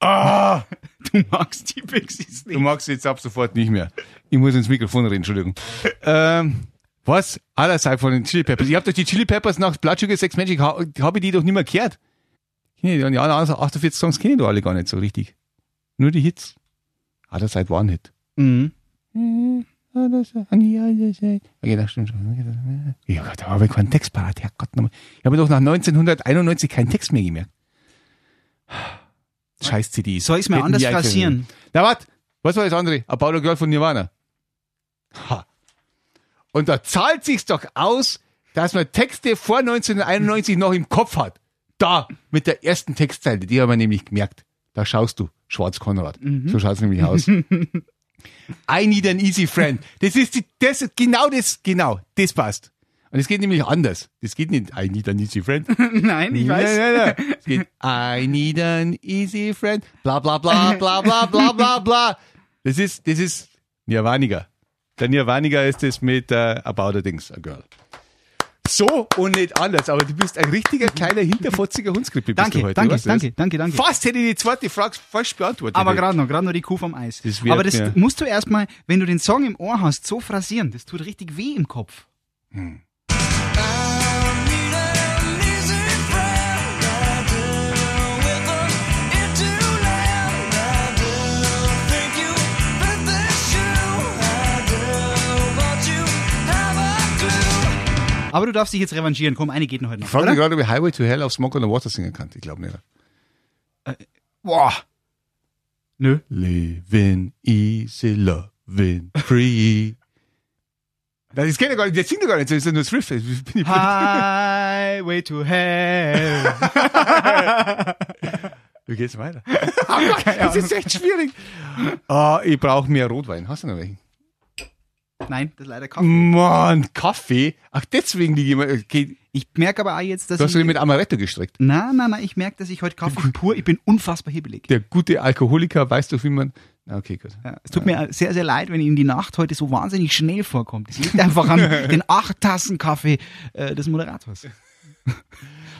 Speaker 3: Ah! Du magst die Pixies
Speaker 2: Du
Speaker 3: nicht.
Speaker 2: magst sie jetzt ab sofort nicht mehr. Ich muss ins Mikrofon reden, Entschuldigung. Ähm, was? Allerseits von den Chili Peppers. Ich habe doch die Chili Peppers nach Blood Sugar Sex Magic, ha- habe ich die doch nicht mehr gehört. Kenn ich die. Und die anderen 48 Songs kenne ich doch alle gar nicht so richtig. Nur die Hits. Ah, Allerseits war ein Hit.
Speaker 3: Mhm.
Speaker 2: Okay, das stimmt schon. Ja Gott, da habe ich keinen Text parat. Herrgott, nochmal. Ich habe doch nach 1991 keinen Text mehr gemerkt. Scheiß CD.
Speaker 3: Soll ich's mal
Speaker 2: Hätten
Speaker 3: anders
Speaker 2: die eigentlich-
Speaker 3: phrasieren?
Speaker 2: Na wat? Was war das andere? About a Girl von Nirvana. Ha. Und da zahlt sich's doch aus, dass man Texte vor 1991 noch im Kopf hat. Da, mit der ersten Textzeile, die haben wir nämlich gemerkt. Da schaust du, Schwarz Konrad. So schaut's nämlich aus. I need an easy friend. Das ist die, das, genau das, genau, das passt. Und es geht nämlich anders. Das geht nicht, I need an easy friend.
Speaker 3: Nein, ich weiß.
Speaker 2: Nein, nein, nein. Es geht, I need an easy friend. Bla, bla, bla, bla, bla, bla, bla, bla. Das ist, das ist Nirvaniger. Der Nirvaniger ist es mit äh, About a Dings, a Girl. So und nicht anders. Aber du bist ein richtiger kleiner hinterfotziger Hundskrippe. Bist
Speaker 3: Danke,
Speaker 2: du heute.
Speaker 3: danke,
Speaker 2: weißt du das?
Speaker 3: danke, danke, danke.
Speaker 2: Fast hätte ich die zweite Frage falsch beantwortet.
Speaker 3: Aber gerade noch, gerade noch die Kuh vom Eis.
Speaker 2: Das wird
Speaker 3: Aber das
Speaker 2: mir-
Speaker 3: musst du erstmal, wenn du den Song im Ohr hast, so phrasieren. Das tut richtig weh im Kopf. Aber du darfst dich jetzt revanchieren. Komm, eine geht noch heute
Speaker 2: Ich
Speaker 3: noch.
Speaker 2: frage mich
Speaker 3: Oder?
Speaker 2: gerade, ob ich Highway to Hell auf Smoke on the Water singen kann. Ich glaube nicht.
Speaker 3: Boah. Nö.
Speaker 2: Living easy, loving free. Nein, das kennt er gar nicht. Das singt er gar nicht. Das ist ja nur das Riff. Das bin ich-
Speaker 3: Highway to Hell.
Speaker 2: Wie geht's weiter? Oh Gott, das ist echt schwierig. Ah, ich brauche mehr Rotwein. Hast du noch welchen?
Speaker 3: Nein, das ist leider Kaffee.
Speaker 2: Mann, Kaffee. Ach, deswegen liege ich immer. Okay,
Speaker 3: Ich merke aber auch jetzt, dass
Speaker 2: du hast
Speaker 3: ich...
Speaker 2: ihn mit Amaretto gestreckt.
Speaker 3: Na, na, na, ich merke, dass ich heute Kaffee pur, ich bin unfassbar hebelig.
Speaker 2: Der gute Alkoholiker weiß doch, wie man. Na, okay, gut.
Speaker 3: Ja, es tut mir sehr, sehr leid, wenn Ihnen die Nacht heute so wahnsinnig schnell vorkommt. Es liegt einfach an den acht Tassen Kaffee äh, des Moderators.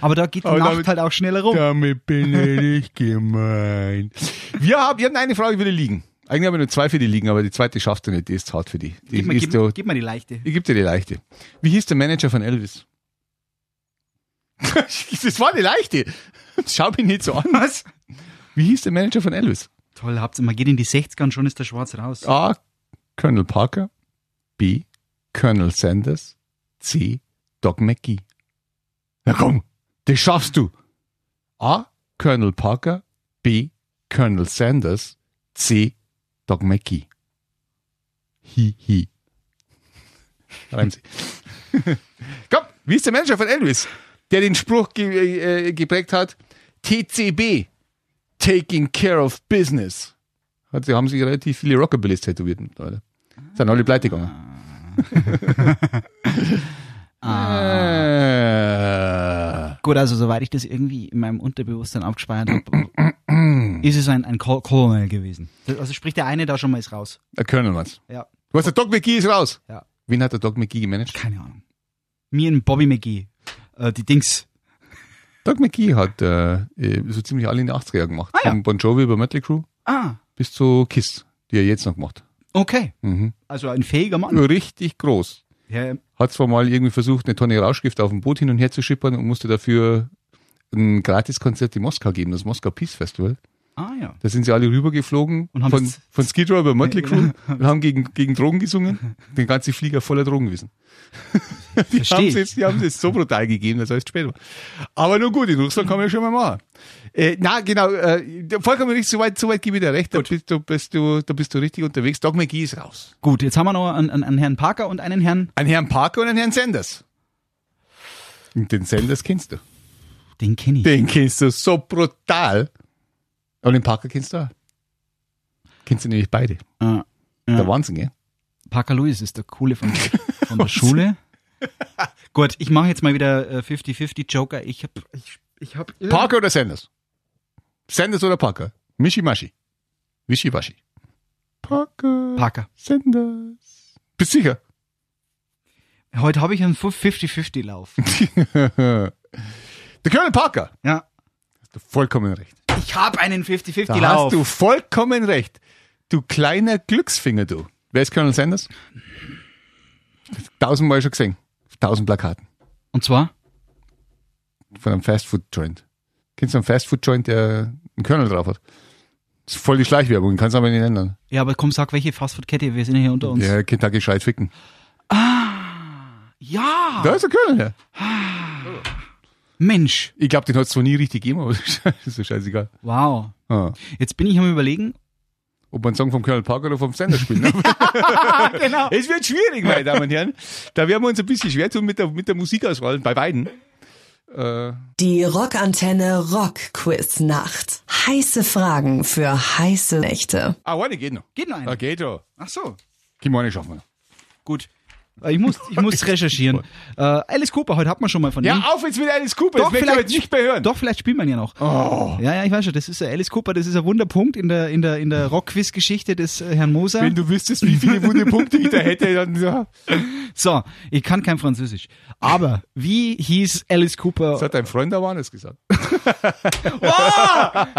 Speaker 3: Aber da geht die
Speaker 2: Aber
Speaker 3: Nacht
Speaker 2: damit-
Speaker 3: halt auch schneller rum.
Speaker 2: Damit bin ich gemeint. Wir haben, wir hatten eine Frage für die Liegen. Eigentlich haben wir nur zwei für die Liegen, aber die zweite schafft er nicht. Die ist hart für die. die
Speaker 3: Gib mal,
Speaker 2: ist
Speaker 3: gib,
Speaker 2: so-
Speaker 3: gib mal die leichte.
Speaker 2: Ich gebe dir die leichte. Wie hieß der Manager von Elvis? das war die leichte. Schau mich nicht so an.
Speaker 3: Was?
Speaker 2: Wie hieß der Manager von Elvis?
Speaker 3: Toll, habt ihr mal, geht in die 60er und schon ist der Schwarz raus.
Speaker 2: A. Colonel Parker. B. Colonel Sanders. C. Doc McGee. Na komm, das schaffst du. A. Colonel Parker. B. Colonel Sanders. C. Doc McGee. Hi, hi. Reimt sich. komm, wie ist der Manager von Elvis, der den Spruch ge äh, geprägt hat? TCB. Taking care of business. Hat, sie haben sich relativ viele Rockabillys tätowiert mittlerweile. Sind alle pleite gegangen. Äh.
Speaker 3: Gut, also soweit ich das irgendwie in meinem Unterbewusstsein abgespeichert habe, ist es ein, ein Col- Colonel gewesen. Also sprich, der eine da schon mal ist raus.
Speaker 2: Der Colonel war's.
Speaker 3: Ja,
Speaker 2: Was der Doc McGee ist raus.
Speaker 3: ja.
Speaker 2: Wen hat der Doc McGee gemanagt?
Speaker 3: Keine Ahnung. Mir und Bobby McGee. Äh, die Dings.
Speaker 2: Doc McGee hat äh, äh, so ziemlich alle in den 80er gemacht.
Speaker 3: Ah, ja.
Speaker 2: Von Bon Jovi über Mötley Crew
Speaker 3: Ah,
Speaker 2: bis zu Kiss, die er jetzt noch macht.
Speaker 3: okay.
Speaker 2: Mhm.
Speaker 3: Also ein fähiger Mann.
Speaker 2: Richtig groß.
Speaker 3: Ja,
Speaker 2: Hat zwar mal irgendwie versucht, eine Tonne Rauschgift auf dem Boot hin und her zu schippern und musste dafür ein Gratiskonzert in Moskau geben, das Moskau Peace Festival.
Speaker 3: ah ja.
Speaker 2: Da sind sie alle rübergeflogen
Speaker 3: Und haben
Speaker 2: von,
Speaker 3: das-
Speaker 2: von Skid Row über Motley
Speaker 3: Ja,
Speaker 2: Crue und haben gegen, gegen Drogen gesungen. Den ganzen Flieger voller Drogenwissen. Die
Speaker 3: Versteh
Speaker 2: haben
Speaker 3: ich.
Speaker 2: es die haben es so brutal gegeben, dass alles spät war. Aber nur gut, in Russland kann man ja schon mal machen. Äh, na, genau, äh, vollkommen richtig, soweit, soweit gebe ich dir recht. Da bist, du, bist du, da bist du richtig unterwegs. Doc McGee ist raus.
Speaker 3: Gut, jetzt haben wir noch einen, einen, einen Herrn Parker und einen Herrn.
Speaker 2: Ein Herrn Parker und ein Herrn Sanders. Und den Sanders kennst du.
Speaker 3: Den kenne ich.
Speaker 2: Den kennst du so brutal. Und den Parker kennst du auch. Kennst du nämlich beide.
Speaker 3: Ah,
Speaker 2: Der Wahnsinn, gell?
Speaker 3: Parker Lewis ist der coole von, von der Schule. Gut, ich mache jetzt mal wieder äh, 50-50 Joker. Ich hab. Ich, ich hab
Speaker 2: Parker oder Sanders? Sanders oder Parker? Mischimaschi. Wischiwaschi. Parker.
Speaker 3: Parker.
Speaker 2: Sanders. Bist sicher?
Speaker 3: Heute habe ich einen 50-50 Lauf.
Speaker 2: Der Colonel Parker.
Speaker 3: Ja.
Speaker 2: Hast du vollkommen recht.
Speaker 3: Ich habe einen 50-50
Speaker 2: Da
Speaker 3: Lauf.
Speaker 2: hast du vollkommen recht. Du kleiner Glücksfinger, du. Wer ist Colonel Sanders? Tausendmal schon gesehen. Auf Tausend Plakaten.
Speaker 3: Und zwar?
Speaker 2: Von einem Fastfood-Joint. Kennst du einen Fastfood-Joint, der einen Colonel drauf hat? Das ist voll die Schleichwerbung, kannst aber nicht ändern.
Speaker 3: Ja, aber komm, sag welche Fastfood-Kette, wir sind ja hier unter uns.
Speaker 2: Ja, Kentucky schreit ficken.
Speaker 3: Ja!
Speaker 2: Da ist der Colonel her.
Speaker 3: Mensch!
Speaker 2: Ich glaube, den hat es zwar nie richtig gegeben, aber ist so scheißegal.
Speaker 3: Wow.
Speaker 2: Ah.
Speaker 3: Jetzt bin ich am überlegen,
Speaker 2: Ob man einen Song vom Colonel Parker oder vom Sender spielen. ne?
Speaker 3: Genau.
Speaker 2: es wird schwierig, meine Damen und Herren. Da werden wir uns ein bisschen schwer tun mit der, mit der Musikauswahl bei beiden. Äh,
Speaker 1: Die Rockantenne Rock Quiz Nacht. Heiße Fragen für heiße Nächte.
Speaker 2: ah, eine geht noch.
Speaker 3: Geht noch eine.
Speaker 2: Ah, geht doch.
Speaker 3: Ach so.
Speaker 2: Kimone schaffen wir.
Speaker 3: Gut. Äh, Ich muss, ich muss recherchieren. Äh, Alice Cooper, heute hat man schon mal von ihm.
Speaker 2: Ja, auf jetzt mit Alice Cooper. das möchte ich jetzt nicht mehr hören. Oh.
Speaker 3: Doch, vielleicht spielt man ja noch. Ja, ja, ich weiß schon, das ist äh, Alice Cooper, das ist ein Wunderpunkt in der, in der, in der Rock-Quiz-Geschichte des äh, Herrn Moser.
Speaker 2: Wenn du wüsstest, wie viele wunde Punkte ich da hätte, dann ja.
Speaker 3: So, ich kann kein Französisch. Aber wie hieß
Speaker 2: Das
Speaker 3: Alice Cooper?
Speaker 2: hat dein Freund aber anders gesagt.
Speaker 3: Oh,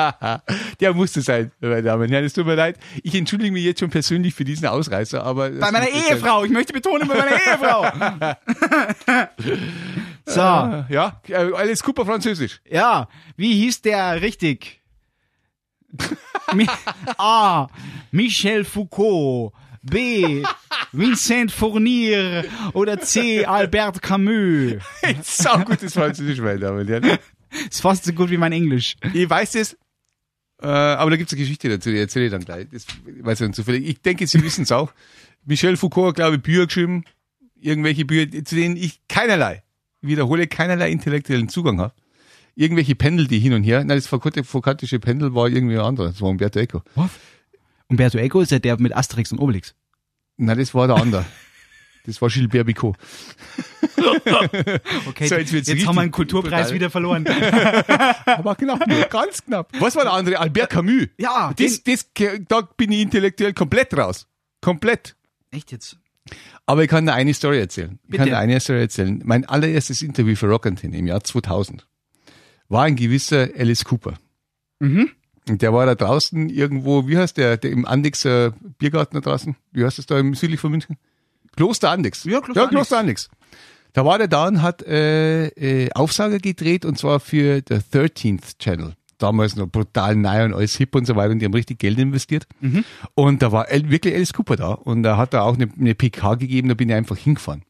Speaker 2: Der musste sein, meine Damen und Herren. Es tut mir leid. Ich entschuldige mich jetzt schon persönlich für diesen Ausreißer, aber.
Speaker 3: Bei meiner Ehefrau. Ich möchte betonen, bei meiner Ehefrau. so,
Speaker 2: Ja, äh, Alice Cooper Französisch.
Speaker 3: ja. Wie hieß der richtig? Mi A. Michel Foucault. B. Vincent Fournier. Oder C. Albert Camus.
Speaker 2: Sau gutes Französisch, meine Damen und Herren.
Speaker 3: Ist fast so gut wie mein Englisch.
Speaker 2: Ich weiß es. Äh, aber da gibt's eine Geschichte dazu, die erzähle ich dann gleich. Das weiß ich dann zufällig. Ich denke, Sie wissen's auch. Michel Foucault hat, glaube ich, Bücher geschrieben. Irgendwelche Bücher, zu denen ich keinerlei, wiederhole, keinerlei intellektuellen Zugang habe. Irgendwelche Pendel, die hin und her. Nein, das foucaultische Pendel war irgendwie ein anderer. Das war Umberto Eco.
Speaker 3: Umberto Eco ist ja der mit Asterix und Obelix.
Speaker 2: Nein, das war der andere. Das war Gilbert Bicot.
Speaker 3: Okay,
Speaker 2: So, jetzt wird's
Speaker 3: jetzt, haben
Speaker 2: richtig
Speaker 3: wir einen Kulturpreis
Speaker 2: brutal.
Speaker 3: wieder verloren.
Speaker 2: Aber knapp, nur, ganz knapp. Was war der andere? Albert Camus.
Speaker 3: Ja,
Speaker 2: Das, das, da bin ich intellektuell komplett raus. Komplett.
Speaker 3: Echt jetzt?
Speaker 2: Aber ich kann dir eine Story erzählen. Ich
Speaker 3: Bitte.
Speaker 2: kann dir eine Story erzählen. Mein allererstes Interview für Rockantenne im Jahr 2000 war ein gewisser Alice Cooper. Und der war da draußen irgendwo, wie heißt der, der im Andexer Biergarten da draußen? Wie heißt das da im südlich von München? Kloster Andex.
Speaker 3: Ja, Kloster Andex.
Speaker 2: Kloster Andex. Da war der da und hat äh, äh, Aufsager gedreht und zwar für der 13th Channel. Damals noch brutal neu und alles hip und so weiter und die haben richtig Geld investiert.
Speaker 3: Mhm.
Speaker 2: Und da war El, wirklich Alice Cooper da und da hat er auch eine, eine PK gegeben, da bin ich einfach hingefahren.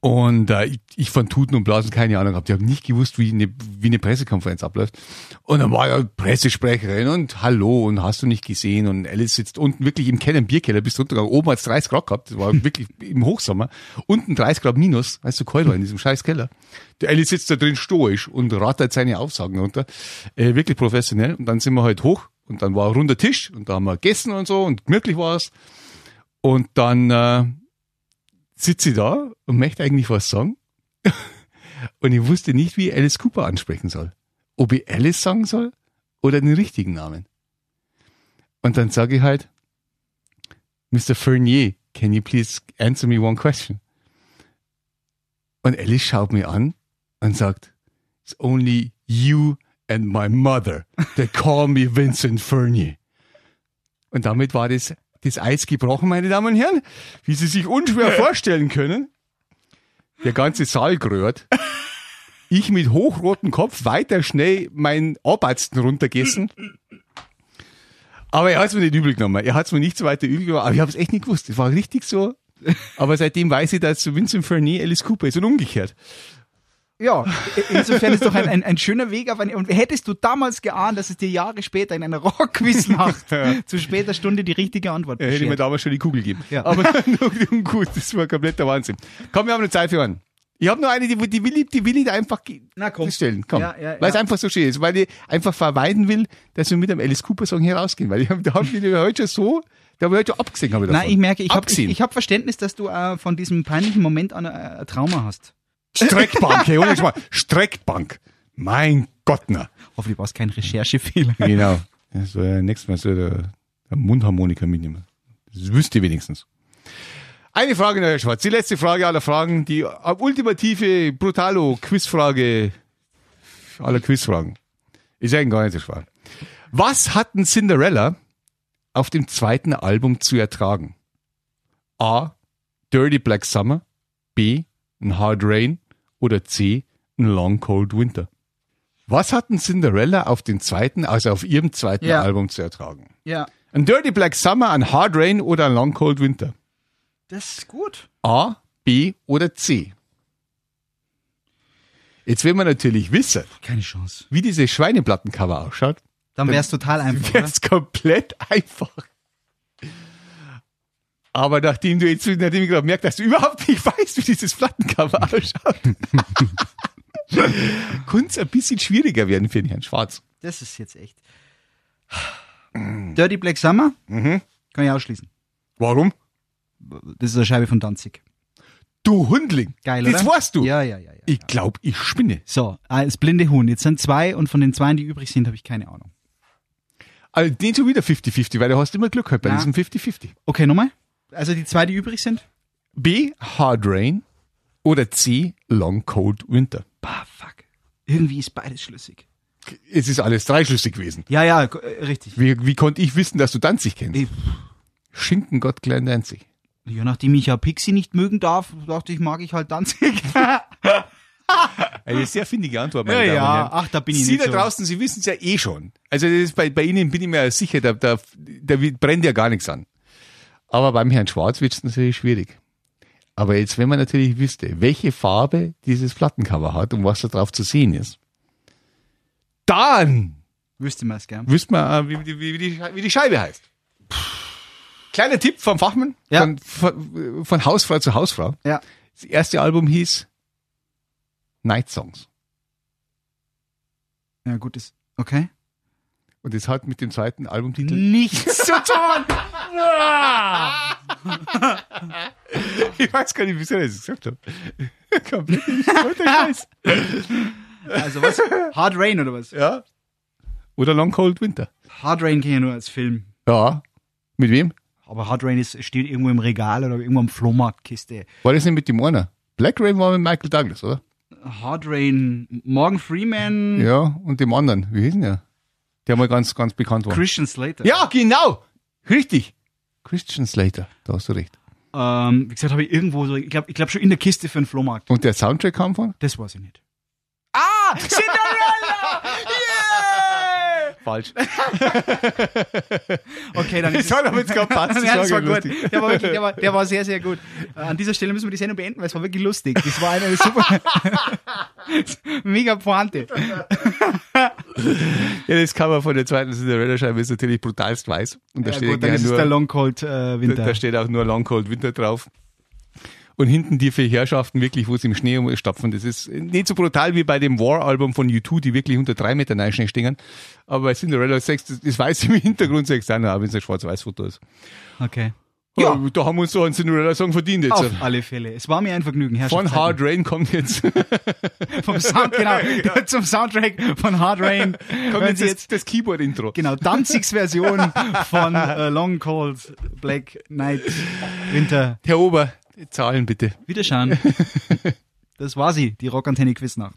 Speaker 2: Und äh, ich, ich von Tuten und Blasen keine Ahnung gehabt. Ich habe nicht gewusst, wie eine, wie eine Pressekonferenz abläuft. Und dann war ja Pressesprecherin und Hallo und hast du nicht gesehen. Und Alice sitzt unten wirklich im Keller, im Bierkeller, bist runtergegangen. Oben hat's 30 Grad gehabt, das war wirklich im Hochsommer. Unten 30 Grad minus, weißt du, kalt war in diesem scheiß Keller. Der Alice sitzt da drin stoisch und rattert seine Aufsagen runter. Äh, wirklich professionell. Und dann sind wir halt hoch und dann war ein runder Tisch und da haben wir gegessen und so und gemütlich war's. Und dann... Äh, sitze ich da und möchte eigentlich was sagen. und ich wusste nicht, wie ich Alice Cooper ansprechen soll. Ob ich Alice sagen soll oder den richtigen Namen. Und dann sage ich halt, Mr. Fernier, can you please answer me one question? Und Alice schaut mich an und sagt, it's only you and my mother that call me Vincent Fernier. Und damit war das, das Eis gebrochen, meine Damen und Herren. Wie Sie sich unschwer vorstellen können, der ganze Saal gerührt. Ich mit hochrotem Kopf weiter schnell meinen Arbeitsten runtergessen. Aber er hat's mir nicht übel genommen. Er hat's mir nicht so weiter übel genommen. Aber ich habe es echt nicht gewusst. Es war richtig so. Aber seitdem weiß ich, dass Vincent Fernier Alice Cooper ist und umgekehrt.
Speaker 3: Ja, insofern ist doch ein, ein, ein schöner Weg. Auf eine, und hättest du damals geahnt, dass es dir Jahre später in einer Rockquiznacht zu später Stunde die richtige Antwort
Speaker 2: Er hätte mir
Speaker 3: beschert.
Speaker 2: damals schon die Kugel gegeben.
Speaker 3: Ja.
Speaker 2: Aber nun gut, das war kompletter Wahnsinn. Komm, wir haben noch Zeit für einen. Ich habe noch eine, die, die, will, ich- die will ich da einfach ge-
Speaker 3: Na komm.
Speaker 2: stellen. Komm.
Speaker 3: Ja, ja,
Speaker 2: weil es
Speaker 3: ja.
Speaker 2: einfach so schön ist. Weil ich einfach vermeiden will, dass wir mit einem Alice Cooper Song hier rausgehen. Weil ich hab, da habe ich den heute schon so, da habe ich heute schon abgesehen. Hab ich davon.
Speaker 3: Nein, ich merke, ich habe ich,
Speaker 2: abgesehen.
Speaker 3: ich hab Verständnis, dass du äh, von diesem peinlichen Moment an äh, ein Trauma hast.
Speaker 2: Streckbank, hey, ohne Schmarrn. Streckbank. Mein Gott, na.
Speaker 3: Hoffentlich war es kein Recherchefehler.
Speaker 2: Genau. Das war ja nächstes Mal so der, der Mundharmonika mitnehmen. Das wüsste ich wenigstens. Eine Frage noch, Herr Schwarz. Die letzte Frage aller Fragen. Die ultimative Brutalo-Quizfrage aller Quizfragen. Ist eigentlich gar nicht so schwer. Was hatten Cinderella auf dem zweiten Album zu ertragen? A. Dirty Black Summer. B. Ein Hard Rain. Oder C. Ein Long Cold Winter. Was hatten Cinderella auf dem zweiten, also auf ihrem zweiten
Speaker 3: Ja.
Speaker 2: Album zu ertragen?
Speaker 3: Ja,
Speaker 2: Ein Dirty Black Summer, ein Hard Rain oder ein Long Cold Winter?
Speaker 3: das ist gut.
Speaker 2: A, B oder C? Jetzt will man natürlich wissen,
Speaker 3: Keine Chance.
Speaker 2: wie diese Schweineplattencover ausschaut.
Speaker 3: Dann wäre es total einfach.
Speaker 2: wäre es komplett einfach. Aber nachdem du jetzt, nachdem ich gerade merke, dass du überhaupt nicht weißt, wie dieses Plattencover ausschaut, könnte es ein bisschen schwieriger werden für den Herrn Schwarz.
Speaker 3: oder? Das ist jetzt echt. Dirty Black Summer?
Speaker 2: Mhm.
Speaker 3: Kann ich ausschließen.
Speaker 2: Warum?
Speaker 3: Das ist eine Scheibe von Danzig.
Speaker 2: Du Hundling.
Speaker 3: Geil,
Speaker 2: Das
Speaker 3: oder?
Speaker 2: warst du.
Speaker 3: Ja, ja, ja. ja.
Speaker 2: Ich glaube, ich spinne.
Speaker 3: So, als blinde Huhn. Jetzt sind zwei und von den zwei, die übrig sind, habe ich keine Ahnung.
Speaker 2: Also den schon wieder 50-50, weil du hast immer Glück gehabt bei
Speaker 3: Ja.
Speaker 2: diesem 50-50.
Speaker 3: Okay, nochmal. Also die zwei, die übrig sind?
Speaker 2: B, Hard Rain oder C, Long Cold Winter.
Speaker 3: Bah, fuck. Irgendwie ist beides schlüssig.
Speaker 2: Es ist alles dreischlüssig gewesen.
Speaker 3: Ja, ja, g- äh, richtig.
Speaker 2: Wie, wie konnte ich wissen, dass du Danzig kennst?
Speaker 3: Ich-
Speaker 2: Schinkengott Klein Danzig.
Speaker 3: Ja, nachdem ich ja Pixie nicht mögen darf, dachte ich, mag ich halt Danzig.
Speaker 2: Eine sehr findige Antwort,
Speaker 3: Ja,
Speaker 2: meine Damen
Speaker 3: ja.
Speaker 2: und Herren.
Speaker 3: Ach, da bin ich
Speaker 2: Ah. Sie
Speaker 3: nicht
Speaker 2: da
Speaker 3: so.
Speaker 2: draußen, Sie wissen es ja eh schon. Also das ist bei, bei Ihnen bin ich mir sicher, da, da, da brennt ja gar nichts an. Aber beim Herrn Schwarz wird es natürlich schwierig. Aber jetzt, wenn man natürlich wüsste, welche Farbe dieses Plattencover hat und was da drauf zu sehen ist, dann
Speaker 3: Wüsste man es gern.
Speaker 2: wüsste man, äh, wie, die- wie, die, wie die Scheibe heißt. Kleiner Tipp vom Fachmann,
Speaker 3: Ja.
Speaker 2: von, von, von Hausfrau zu Hausfrau.
Speaker 3: Ja.
Speaker 2: Das erste Album hieß Night Songs.
Speaker 3: Ja, gut, ist. Okay.
Speaker 2: Und das hat mit dem zweiten Albumtitel
Speaker 3: Nichts.
Speaker 2: zu tun. ich weiß gar nicht, wieso ich das gesagt habe. Komplett verrückter Scheiß.
Speaker 3: Also was? Hard Rain oder was?
Speaker 2: ja. Oder Long Cold Winter.
Speaker 3: Hard Rain kenne ich ja nur als Film.
Speaker 2: Ja. Mit wem?
Speaker 3: Aber Hard Rain ist, steht irgendwo im Regal oder irgendwo am Flohmarktkiste.
Speaker 2: War das nicht mit dem einer? Black Rain war mit Michael Douglas, oder?
Speaker 3: Hard Rain, Morgan Freeman,
Speaker 2: Ja, und dem anderen. Wie hieß denn der? Der mal ganz, ganz bekannt war.
Speaker 3: Christian Slater.
Speaker 2: ja, genau. Richtig. Christian Slater. Da hast du recht.
Speaker 3: Ähm, wie gesagt, habe ich irgendwo so, ich glaube ich glaub schon in der Kiste für den Flohmarkt.
Speaker 2: Und der Soundtrack kam von?
Speaker 3: Das weiß ich nicht. Ah! Cinderella! Yeah!
Speaker 2: Falsch.
Speaker 3: Okay, dann ist es-
Speaker 2: aber jetzt gerade passen.
Speaker 3: Ja, das war gut.
Speaker 2: lustig.
Speaker 3: Der war, wirklich, der, war, der war sehr, sehr gut. Äh, an dieser Stelle müssen wir die Sendung beenden, weil es war wirklich lustig. Das war eine super. Mega Pointe.
Speaker 2: Ja, das Cover von der zweiten Cinderella-Scheibe ist natürlich brutalst weiß. Und da
Speaker 3: Ja,
Speaker 2: steht
Speaker 3: gut,
Speaker 2: ja
Speaker 3: dann ist es
Speaker 2: nur,
Speaker 3: der Long Cold äh, Winter.
Speaker 2: da steht auch nur Long Cold Winter drauf. Und hinten die vier Herrschaften wirklich, wo sie im Schnee stapfen. Das ist nicht so brutal wie bei dem War-Album von U2, die wirklich unter drei Meter Schnee stehen. Aber bei Cinderella 6, das, das weiß im Hintergrund 6 auch noch, auch wenn es ein schwarz-weiß-Foto ist.
Speaker 3: Okay.
Speaker 2: Ja. Da haben wir uns so einen Cinderella-Song verdient jetzt.
Speaker 3: Auf alle Fälle. Es war mir ein Vergnügen, Herr
Speaker 2: Von
Speaker 3: Schatzheiten.
Speaker 2: Hard Rain kommt jetzt,
Speaker 3: vom Sound, genau, zum Soundtrack von Hard Rain.
Speaker 2: kommt
Speaker 3: Hören
Speaker 2: jetzt
Speaker 3: Sie
Speaker 2: das,
Speaker 3: jetzt
Speaker 2: das Keyboard-Intro.
Speaker 3: genau Danzigs Version von äh, Long Cold Black Night Winter.
Speaker 2: Herr Ober, Zahlen bitte.
Speaker 3: Wiederschauen. Das war sie, die Rockantenne Quiznacht.